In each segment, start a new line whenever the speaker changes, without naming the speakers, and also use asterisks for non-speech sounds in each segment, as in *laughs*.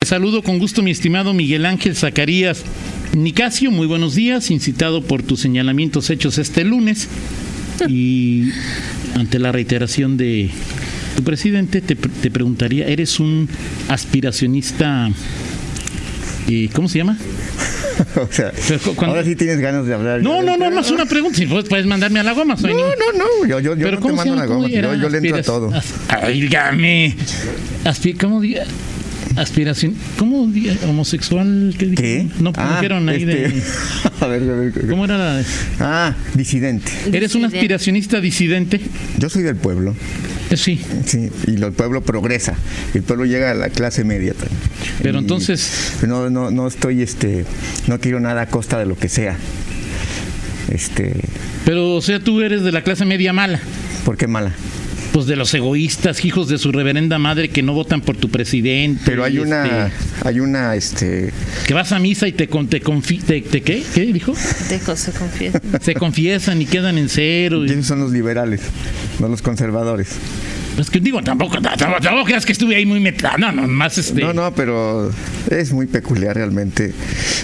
Te saludo con gusto mi estimado Miguel Ángel Zacarías Nicasio, muy buenos días, incitado por tus señalamientos hechos este lunes y ante la reiteración de tu presidente te, te preguntaría, ¿eres un aspiracionista, eh, ¿cómo se llama?
*laughs* o sea, cuando... ahora sí tienes ganas de hablar.
No, no, no, más una pregunta. Si puedes mandarme a la goma,
soy *laughs* No, ningún... no, no. Yo, yo, yo no te mando a la goma. Yo, yo le entro a todo.
Oígame. Aspi... ¿Cómo diga? Aspiración. ¿Cómo diga? ¿Homosexual?
¿Qué? ¿Qué?
No ah, dijeron ahí este...
de. *laughs* a ver, a ver.
*laughs* ¿Cómo era la de...
Ah, disidente.
¿Eres un aspiracionista disidente? Eh,
Yo soy del pueblo.
Sí.
Sí, y el pueblo progresa. El pueblo llega a la clase media también.
Pero
y
entonces.
No, no, no estoy, este. No quiero nada a costa de lo que sea. Este.
Pero, o sea, tú eres de la clase media mala.
¿Por qué mala?
Pues de los egoístas, hijos de su reverenda madre que no votan por tu presidente.
Pero hay una, este, hay una, este...
Que vas a misa y te, te, confi te, te ¿qué? ¿Qué dijo?
Te, se confiesan.
*laughs*
se confiesan y quedan en cero. Y...
¿Quiénes son los liberales? No los conservadores.
Es Pues que digo, tampoco, tampoco, tampoco creas que estuve ahí muy metado. No, no, más este.
No, no, pero es muy peculiar realmente.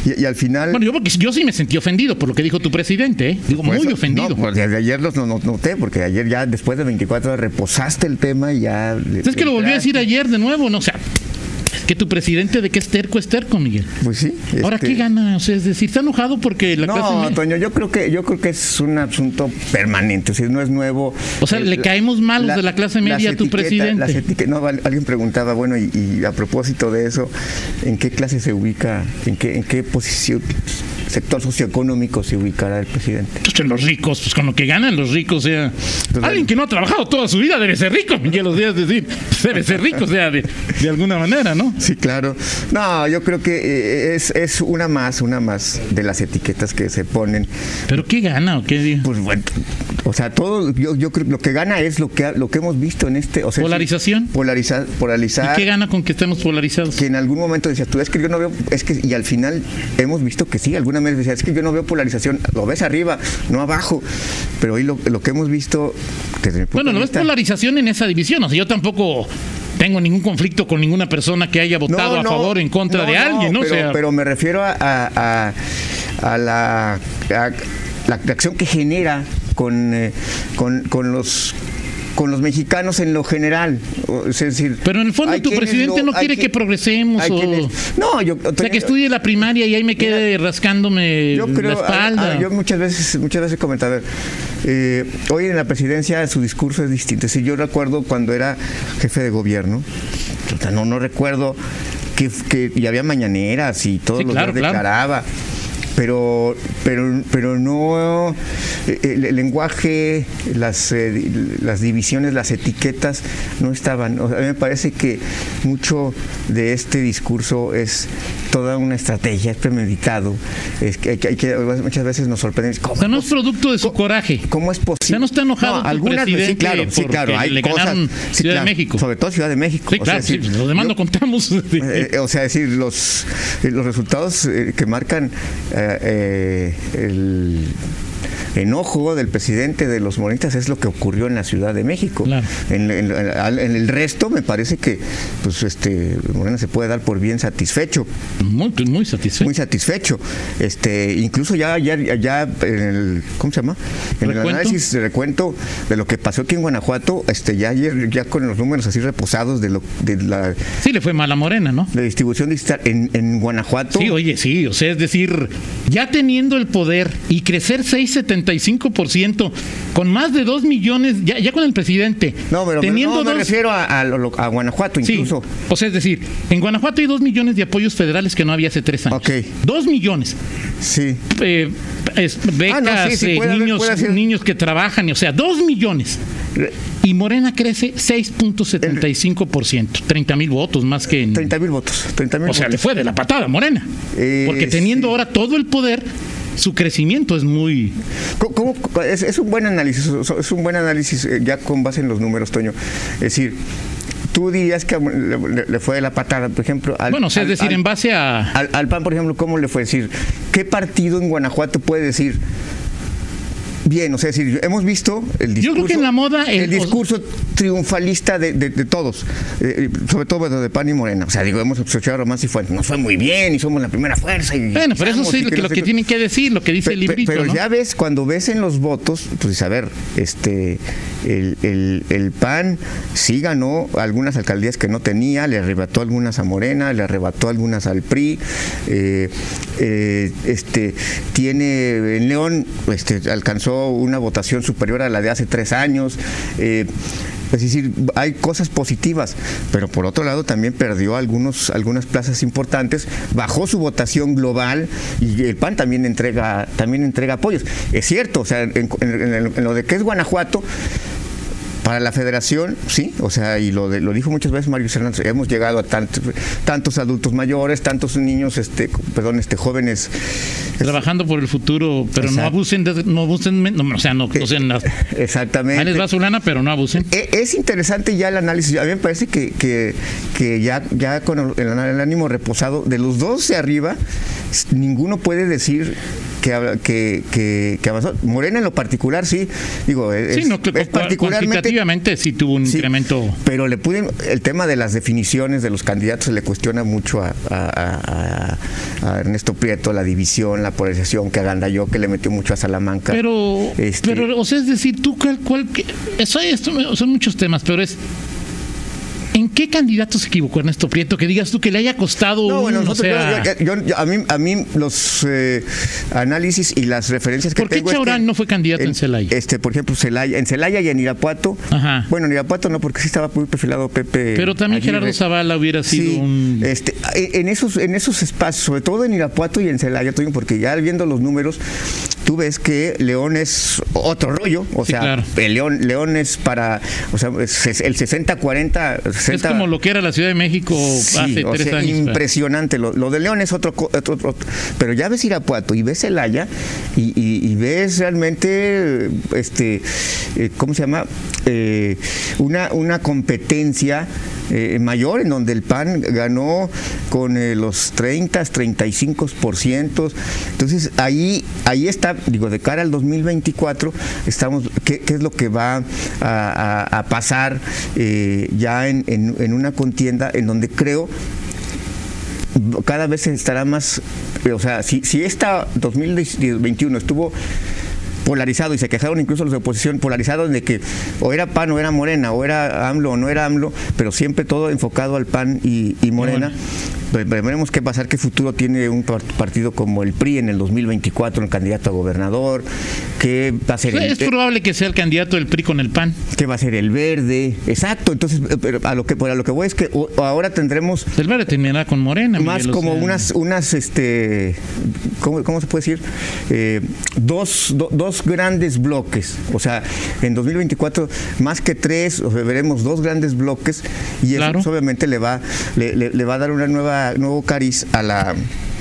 Y, y al final.
Bueno, yo, porque yo sí me sentí ofendido por lo que dijo tu presidente, ¿eh? Digo, muy eso, ofendido.
No, pues desde ayer los noté, porque ayer ya después de 24 horas reposaste el tema y ya.
Es que lo volví a decir ayer de nuevo, ¿no? O sea. Que tu presidente de qué es terco es terco, Miguel.
Pues sí.
Este... Ahora qué gana, o sea, es decir, está enojado porque la
no,
clase
media... Toño, yo creo que yo creo que es un asunto permanente, o sea, no es nuevo. Eh,
O sea, el, le caemos malos la, de la clase media a tu presidente.
Las no, alguien preguntaba, bueno, y, y, a propósito de eso, ¿en qué clase se ubica, en qué en qué posición sector socioeconómico se ubicará el presidente?
Pues en los ricos, pues con lo que ganan los ricos, o sea,
Pues,
Entonces, alguien que no ha trabajado toda su vida debe ser rico, Miguel, o sea, es decir, pues, debe ser rico, o sea, de, de alguna manera, ¿no?
Sí, claro. No, yo creo que eh, es, es una más, una más de las etiquetas que se ponen.
¿Pero qué gana o qué?
Pues bueno, o sea, todo, yo, yo creo que lo que gana es lo que, lo que hemos visto en este... O sea,
¿Polarización?
Polarizar, polarizar.
¿Y qué gana con que estemos polarizados?
Que en algún momento decías, tú es que yo no veo, es que, y al final hemos visto que sí, alguna vez decías, es que yo no veo polarización, lo ves arriba, no abajo, pero hoy lo, lo que hemos visto...
Desde bueno, no ves polarización en esa división, o sea, yo tampoco tengo ningún conflicto con ninguna persona que haya votado no, no, a favor o en contra no, de alguien, ¿no?
Pero,
o sea,
pero me refiero a, a, a, a la, la, acción que genera con, eh, con, con los con los mexicanos en lo general. Es decir,
pero en el fondo tu presidente lo, no quiere que, que progresemos. O,
quienes, no, yo,
o sea, que estudie la primaria y ahí me quede mira, rascándome yo creo, la espalda.
A, a, ah, yo muchas veces, muchas veces he comentado, a ver, eh, hoy en la presidencia su discurso es distinto. Si yo recuerdo cuando era jefe de gobierno, no, no recuerdo que, que y había mañaneras y todos sí, los claro, días declaraba. Claro pero pero pero no eh, el, el lenguaje las eh, las divisiones las etiquetas no estaban o sea, a mí me parece que mucho de este discurso es toda una estrategia es premeditado es que, hay que, hay que muchas veces nos sorprende
o sea, no es producto de su coraje
cómo es posible o
sea, no está enojado no,
algunas sí claro sí claro hay
le
cosas
sí, Ciudad claro, de México
sobre todo Ciudad de México
sí claro sí, decir, lo demás no contamos *laughs* este,
eh, o sea decir los eh, los resultados que marcan eh, el enojo del presidente de los morenistas es lo que ocurrió en la Ciudad de México. Claro. En, en, en, el resto me parece que pues este Morena se puede dar por bien satisfecho.
Muy, pues, muy satisfecho.
Muy satisfecho. Este, incluso ya, ya, ya en el, ¿cómo se llama? En ¿Recuento? el análisis de recuento de lo que pasó aquí en Guanajuato, este, ya ayer, ya con los números así reposados de lo de la
Sí le fue mal a Morena, ¿no?
La distribución digital en, en Guanajuato.
Sí, oye, sí, o sea, es decir, ya teniendo el poder y crecer 670 ciento con más de 2 millones, ya, ya con el presidente.
No, pero, teniendo no, me dos... refiero a, a, a, Guanajuato incluso.
Sí. O sea, es decir, en Guanajuato hay 2 millones de apoyos federales que no había hace 3 años.
Ok.
2 millones.
Sí.
Eh, es, becas, ah, no, sí, sí, eh, puede, niños, puede ser... niños que trabajan, o sea, 2 millones. Y Morena crece 6.75%, 30 mil votos más que en...
30 mil votos. 30,
o sea, votos. le fue de la patada Morena. Eh, porque teniendo ahora todo el poder, su crecimiento es muy.
¿Cómo, cómo? Es, es, un buen análisis, es un buen análisis eh, ya con base en los números, Toño. Es decir, tú dirías que le, le fue de la patada, por ejemplo.
Al, bueno, o sea, es decir, al, en base a.
Al, al, PAN, por ejemplo, ¿cómo le fue? Es decir, ¿qué partido en Guanajuato puede decir? bien, o sea, es decir, hemos visto el discurso.
Yo creo que en la moda.
El, discurso triunfalista de, de- de todos, eh, sobre todo bueno, de Pan y Morena. O sea, digo, hemos escuchado a Romance y fue, nos fue muy bien y somos la primera fuerza. y
Bueno, pero eso
estamos,
sí,
y
lo que,
no
lo
sé
que
qué".
tienen que decir, lo que dice
Pe-
el
pe-
librito.
pero
¿no?
ya ves, cuando ves en los votos, pues a ver, este, el, el- el PAN sí ganó algunas alcaldías que no tenía, le arrebató algunas a Morena, le arrebató algunas al PRI, eh, eh, este, tiene, en León este, alcanzó una votación superior a la de hace tres años. eh, es decir, hay cosas positivas, pero por otro lado también perdió algunos, algunas plazas importantes, bajó su votación global y el PAN también entrega, también entrega apoyos. Es cierto, o sea, en, en- en- en lo de que es Guanajuato, para la federación, sí, o sea, y lo, de- lo dijo muchas veces Mario Hernández, hemos llegado a tantos, tantos adultos mayores, tantos niños, este, perdón, este, jóvenes.
Trabajando por el futuro, pero no
Exacto. Eh,
abusen, de- no abusen, no, o sea, no, no sean las. Ahí
Exactamente.
les va su lana, pero no abusen.
E- Es interesante ya el análisis. A mí me parece que, que- que ya, ya con el, el ánimo reposado, de los dos de arriba, s- ninguno puede decir que, habla- que, que- que avanzó. Morena en lo particular, sí. Digo, es,
sí, no, que-
es particularmente.
cuantitativamente sí tuvo un
sí,
incremento.
Pero le pude, el tema de las definiciones de los candidatos se le cuestiona mucho a, a- a- a Ernesto Prieto, la división, la polarización que agandalló, que le metió mucho a Salamanca.
Pero,
Este-
pero, o sea, es decir, tú, ¿cuál, cuál, qué- eso, esto, son muchos temas, pero es. ¿En qué candidato se equivocó Ernesto Prieto? Que digas tú que le haya costado.
No, bueno,
un, o
nosotros,
sea,
yo- yo- yo- yo- a, mí, a mí los eh, análisis y las referencias que
¿Por qué
tengo es
Chaurán
que
no fue candidato en Celaya?
Este, por ejemplo, Celaya, en Celaya y en Irapuato.
Ajá.
Bueno, en Irapuato no, porque sí estaba muy perfilado Pepe.
pero también
Aguirre.
Gerardo Zavala hubiera sido
Sí,
un.
este, en esos, en esos espacios, sobre todo en Irapuato y en Celaya, Toño, porque ya viendo los números, tú ves que León es otro rollo, o
Sí,
sea,
claro.
el León, León es para, o sea, es el 60-40, 60,
es como lo que era la Ciudad de México
Sí,
hace
o
tres
sea,
años.
Impresionante. Lo, lo de León es otro, co- otro- otro- Pero ya ves Irapuato y ves Celaya y, y- y ves realmente, este, eh, ¿cómo se llama? Eh, una, una competencia eh, mayor en donde el PAN ganó con eh, los 30, 35%. Entonces ahí, ahí está, digo, de cara al 2024, estamos, ¿qué, qué es lo que va a, a- a pasar eh, ya en- en- en una contienda en donde creo cada vez estará más, eh, o sea, si, si esta 2021 estuvo polarizado y se quejaron incluso los de oposición polarizados de que o era PAN o era Morena, o era AMLO o no era AMLO, pero siempre todo enfocado al PAN y, y Morena. Ve- Veremos qué pasar, qué futuro tiene un par- partido como el PRI en el 2024, un candidato a gobernador, qué va a ser el-
es probable que sea el candidato del PRI con el PAN.
qué va a ser el verde. Exacto, entonces eh, pero a lo que por a lo que voy es que o- ahora tendremos
El verde terminará con Morena.
más
Miguel, o
como
sea,
unas unas este ¿cómo, cómo se puede decir Eh, dos, do- dos grandes bloques o sea en 2024 más que tres o sea, veremos dos grandes bloques y eso
Claro.
pues, obviamente le va le, le- le va a dar una nueva nuevo cariz a la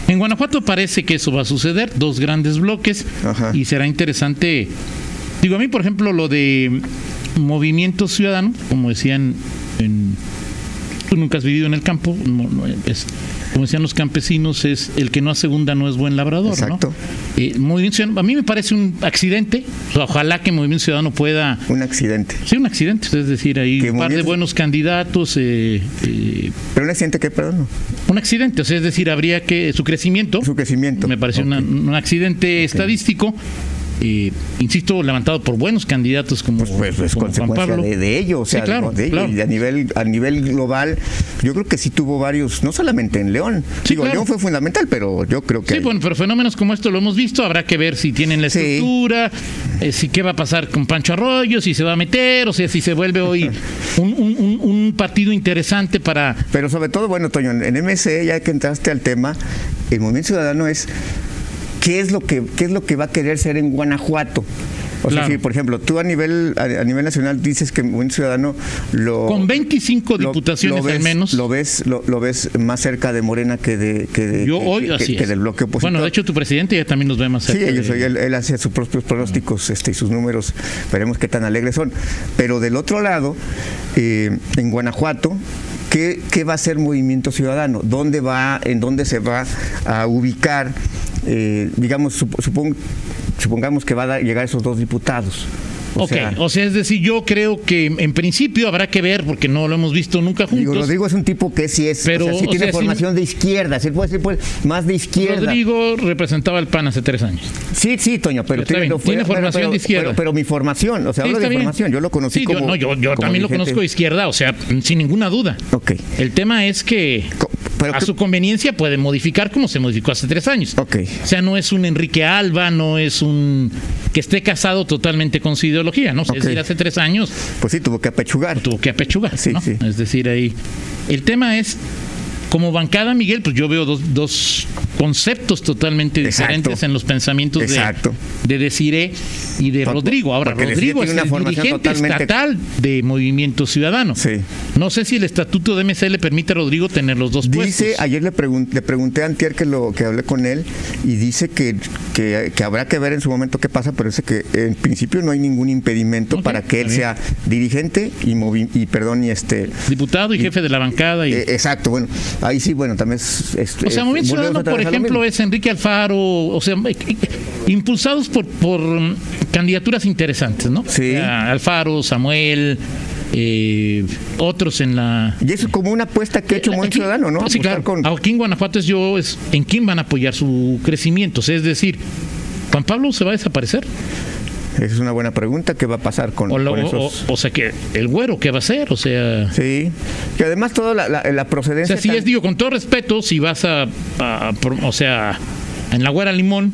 En Guanajuato parece que eso va a suceder, dos grandes bloques,
Ajá.
y será interesante. Digo, a mí, por ejemplo, lo de Movimiento Ciudadano, como decían, en- tú nunca has vivido en el campo, no, no, es- como decían los campesinos, es el que no segunda no es buen labrador,
Exacto.
¿no? Eh, Movimiento Ciudadano, a mí me parece un accidente, o sea, ojalá que Movimiento Ciudadano pueda
un accidente
Sí, un accidente, es decir, hay
Que
un par de
movimiento-
buenos candidatos, eh, eh,
pero un accidente que perdón
un accidente, o sea, es decir, habría que su crecimiento,
su crecimiento
me pareció una-
Ok.
un accidente estadístico, eh, insisto, levantado por buenos candidatos como,
pues, pues, es
como Juan
consecuencia
Pablo.
de, de ello, o
Sí,
sea,
claro,
de ello.
claro.
Y a nivel, a nivel global, yo creo que sí tuvo varios, no solamente en León.
Sí,
Digo,
claro.
León fue fundamental, pero yo creo que
Sí,
hay-
bueno, pero fenómenos como esto lo hemos visto, habrá que ver si tienen la
Sí.
estructura, eh, si qué va a pasar con Pancho Arroyo, si se va a meter, o sea, si se vuelve
*laughs*
hoy un, un- un- un partido interesante para...
Pero sobre todo, bueno, Toño, en MC, ya que entraste al tema, el Movimiento Ciudadano es qué es lo que, qué es lo que va a querer ser en Guanajuato. O sea,
Claro.
si, por ejemplo, tú a nivel a, a nivel nacional dices que el Movimiento Ciudadano lo
Con 25
lo-
diputaciones
lo ves-
al menos.
lo ves lo, lo ves más cerca de Morena que de que de-
Yo
que-
hoy,
que-
así
que
es.
del bloque opositor.
Bueno, de hecho, tu presidente ya también nos ve más
Sí,
cerca
ellos,
de-
él, él hace sus propios pronósticos este, y sus números, veremos qué tan alegres son. Pero del otro lado, eh, en Guanajuato, ¿qué, qué va a ser Movimiento Ciudadano? ¿Dónde va, en dónde se va a ubicar? Eh, digamos, sup- supongo, supongamos que van a llegar esos dos diputados.
O ok, sea, o sea, es decir, yo creo que en principio habrá que ver, porque no lo hemos visto nunca juntos.
Digo, Rodrigo es un tipo que sí es,
Pero,
o sea, sí
o
tiene
sea, sí-
formación de izquierda, sí puede ser pues, más de izquierda.
Rodrigo representaba el PAN hace tres años.
Sí, sí, Toño,
Pero
pero,
está bien,
no
tiene
pero-
formación
pero-
de izquierda.
Pero, pero mi formación, o sea,
Sí,
hablo de
está bien.
formación, yo lo conocí
Sí,
como.
Yo, no, yo, yo
como
también lo
dirigente.
conozco de izquierda, o sea, sin ninguna duda.
Ok.
El tema es que
Co- pero
a
que-
su conveniencia puede modificar como se modificó hace tres años.
Ok.
O sea, no es un Enrique Alba, no es un que esté casado totalmente con su ideología, ¿no? O sea, Es
Ok.
decir, hace tres años
Pues sí, tuvo que apechugar.
tuvo que apechugar,
Sí,
¿no?
sí.
Es decir, ahí. El tema es, como bancada, Miguel, pues yo veo dos, dos conceptos totalmente
Exacto.
diferentes en los pensamientos
Exacto.
de, de Desiré y de
Por-
Rodrigo. Ahora,
porque Desiré
Rodrigo es
tiene una
el
formación
dirigente
totalmente-
estatal de Movimiento Ciudadano.
Sí.
No sé si el estatuto de MC le permite a Rodrigo tener los dos
Dice,
puestos.
ayer le, pregun- le pregunté a Antier que lo que hablé con él y dice que, que, que habrá que ver en su momento qué pasa, pero dice que en principio no hay ningún impedimento
Ok,
para que él
está
sea dirigente y, movi- y perdón y este
Diputado y jefe de la bancada. Y...
eh, exacto, bueno, ahí sí, bueno, también es, es-
O sea, Movimiento
es- Este, volvemos
Ciudadano,
otra
por
vez a lo
ejemplo,
mismo.
es Enrique Alfaro, o sea, eh, eh, impulsados por, por mm, candidaturas interesantes, ¿no?
Sí.
O sea, Alfaro, Samuel, eh, otros en la...
y eso es como una apuesta que ha hecho Movimiento
Aquí-
Ciudadano, ¿no?
Eh, Sí,
Apostar
claro. Aquí en Guanajuato es yo, es en quién van a apoyar su crecimiento. O sea, es decir, ¿Juan Pablo se va a desaparecer?
Esa es una buena pregunta. ¿Qué va a pasar con,
O, lo-
con
o-
esos?
o- o sea, que ¿el güero qué va a hacer? O sea...
Sí. Que además toda la, la- la
O
procedencia.
sea, sí
tan-
les digo, con todo respeto, si vas a, a- por- o sea, en la Guara Limón,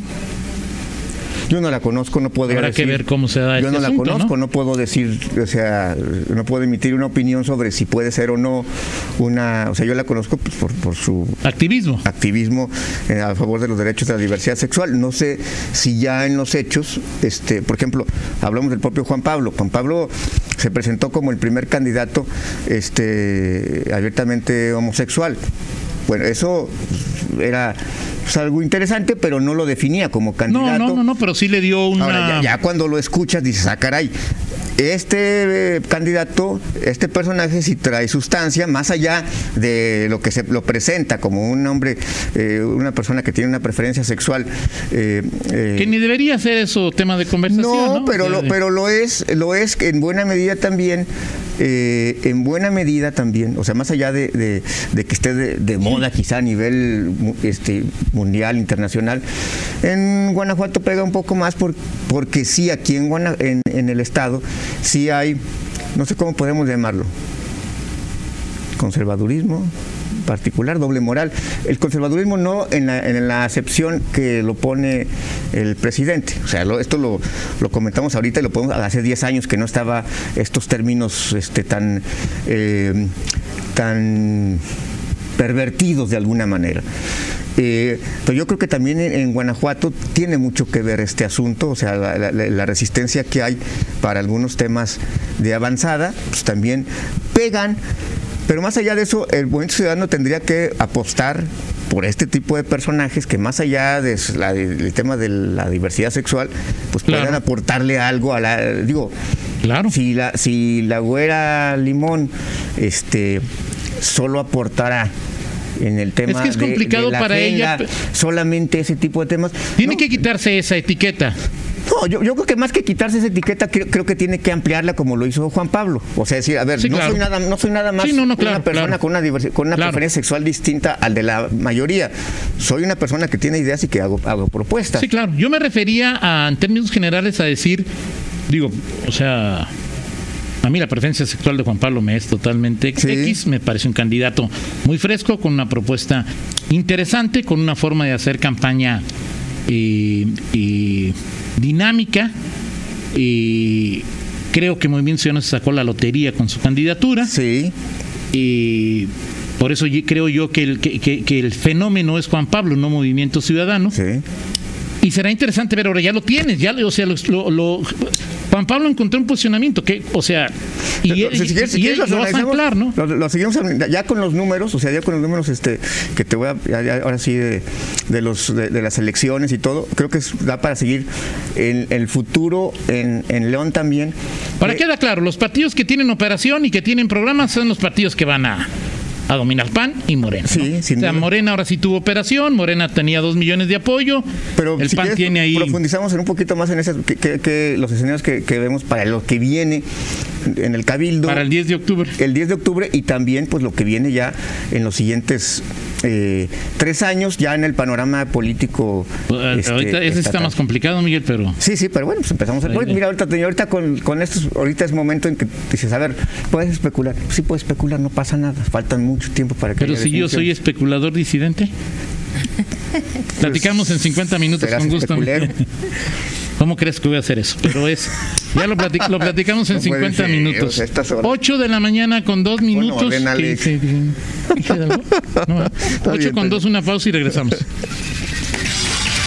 Yo no la conozco, no podría
habrá que
decir-
ver cómo se da
Yo
este
no la
asunto,
conozco, ¿no? puedo decir, o sea, no puedo emitir una opinión sobre si puede ser o no una. O sea, yo la conozco pues, por, por su
Activismo.
activismo eh, a favor de los derechos de la diversidad sexual. No sé si ya en los hechos, este, por ejemplo, hablamos del propio Juan Pablo. Juan Pablo se presentó como el primer candidato este, abiertamente homosexual. Bueno, eso era pues, algo interesante, pero no lo definía como
No,
candidato.
no, no, no, pero sí le dio una.
Ahora, ya, ya cuando lo escuchas dices, ah, caray, este eh, candidato, este personaje sí trae sustancia, más allá de lo que se lo presenta como un hombre, eh, una persona que tiene una preferencia sexual. eh, eh,
Que ni debería ser eso tema de conversación. No,
no, pero
O sea,
lo, pero lo es, lo es en buena medida también, eh, en buena medida también, o sea, más allá de, de- de que esté de, de moda quizá a nivel mu- este, mundial, internacional, en Guanajuato pega un poco más por- porque sí, aquí en, Guana- en, en el estado, sí hay, no sé cómo podemos llamarlo, conservadurismo particular, doble moral. El conservadurismo no en la, en la acepción que lo pone el presidente. O sea, lo- esto lo, lo comentamos ahorita y lo podemos, hace 10 años que no estaba estos términos este, tan, eh, tan pervertidos de alguna manera. Eh, pero yo creo que también en, en Guanajuato tiene mucho que ver este asunto, o sea, la, la- la- la resistencia que hay para algunos temas de avanzada, pues también pegan. Pero más allá de eso, el buen ciudadano tendría que apostar por este tipo de personajes que más allá de s- la- del tema de la diversidad sexual, pues
Claro.
puedan aportarle algo a la... Digo,
Claro.
si la, si la güera limón este solo aportará en el tema
Es que es
de- de
complicado
la
para ella,
agenda,
pe-
solamente ese tipo de temas
Tiene
No,
que quitarse esa etiqueta.
no, yo, yo creo que más que quitarse esa etiqueta, creo, creo que tiene que ampliarla como lo hizo Juan Pablo. O sea, decir, a ver,
Sí,
no,
claro.
soy nada, no soy nada más
Sí, no, no, claro,
una persona
claro.
con una, diversi- con una
Claro.
preferencia sexual distinta al de la mayoría. Soy una persona que tiene ideas y que hago, hago propuestas.
Sí, claro. Yo me refería a, en términos generales a decir, digo, o sea, a mí la preferencia sexual de Juan Pablo me es totalmente
Sí.
X, me parece un candidato muy fresco, con una propuesta interesante, con una forma de hacer campaña eh, eh, dinámica. y creo que Movimiento Ciudadano se sacó la lotería con su candidatura.
Sí,
Y por eso ye- creo yo que el, que, que- que el fenómeno es Juan Pablo, no Movimiento Ciudadano.
sí.
Y será interesante ver, ahora ya lo tienes, ya, lo- o sea, lo, lo- lo- Juan Pablo encontró un posicionamiento que, o sea, y,
Pero,
él-
Eh, si quieres- si
y
quieres
él
los
lo vas a
analizamos,
anclar, ¿no?
lo- lo seguimos anal- ya con los números, o sea, ya con los números este que te voy a ya- ya- ahora sí de, de los de, de las elecciones y todo, creo que es- da para seguir el, el futuro en, en León también.
Para
Eh,
queda claro, los partidos que tienen operación y que tienen programas son los partidos que van a a dominar PAN y Morena.
Sí,
¿no?
sin
o sea,
duda.
Morena ahora sí tuvo operación, Morena tenía dos millones de apoyo,
Pero
el
si
PAN
quieres,
tiene ahí...
profundizamos en un poquito más en ese, que, que- que los escenarios que, que vemos para lo que viene en el Cabildo.
Para el 10 de octubre.
el 10 de octubre y también pues lo que viene ya en los siguientes eh, tres años ya en el panorama político.
Eh,
este,
ahorita ese está
estatal.
más complicado, Miguel, pero...
Sí, sí, pero bueno, pues empezamos. A...
Ahí viene.
Mira, ahorita, te- ahorita con, con estos, ahorita es momento en que dices, a ver, puedes especular. Sí, puedes especular, no pasa nada. Faltan mucho tiempo para que.
Pero
haya
si yo soy
definiciones.
especulador
*laughs*
disidente. Platicamos en 50 minutos
Serás
este, con gusto.
especulero.
¿Cómo crees que voy a hacer eso? Pero es. Ya lo, platic- lo platicamos
*laughs*
en
No puede
50
ser, o
minutos.
sea, estas horas.
8 de la mañana con 2 minutos.
ven,
¿Qué
*laughs* Alex.
hice? Dije, ¿dije algo? No, ¿verdad? 8
bien, está
con 2, una pausa y regresamos.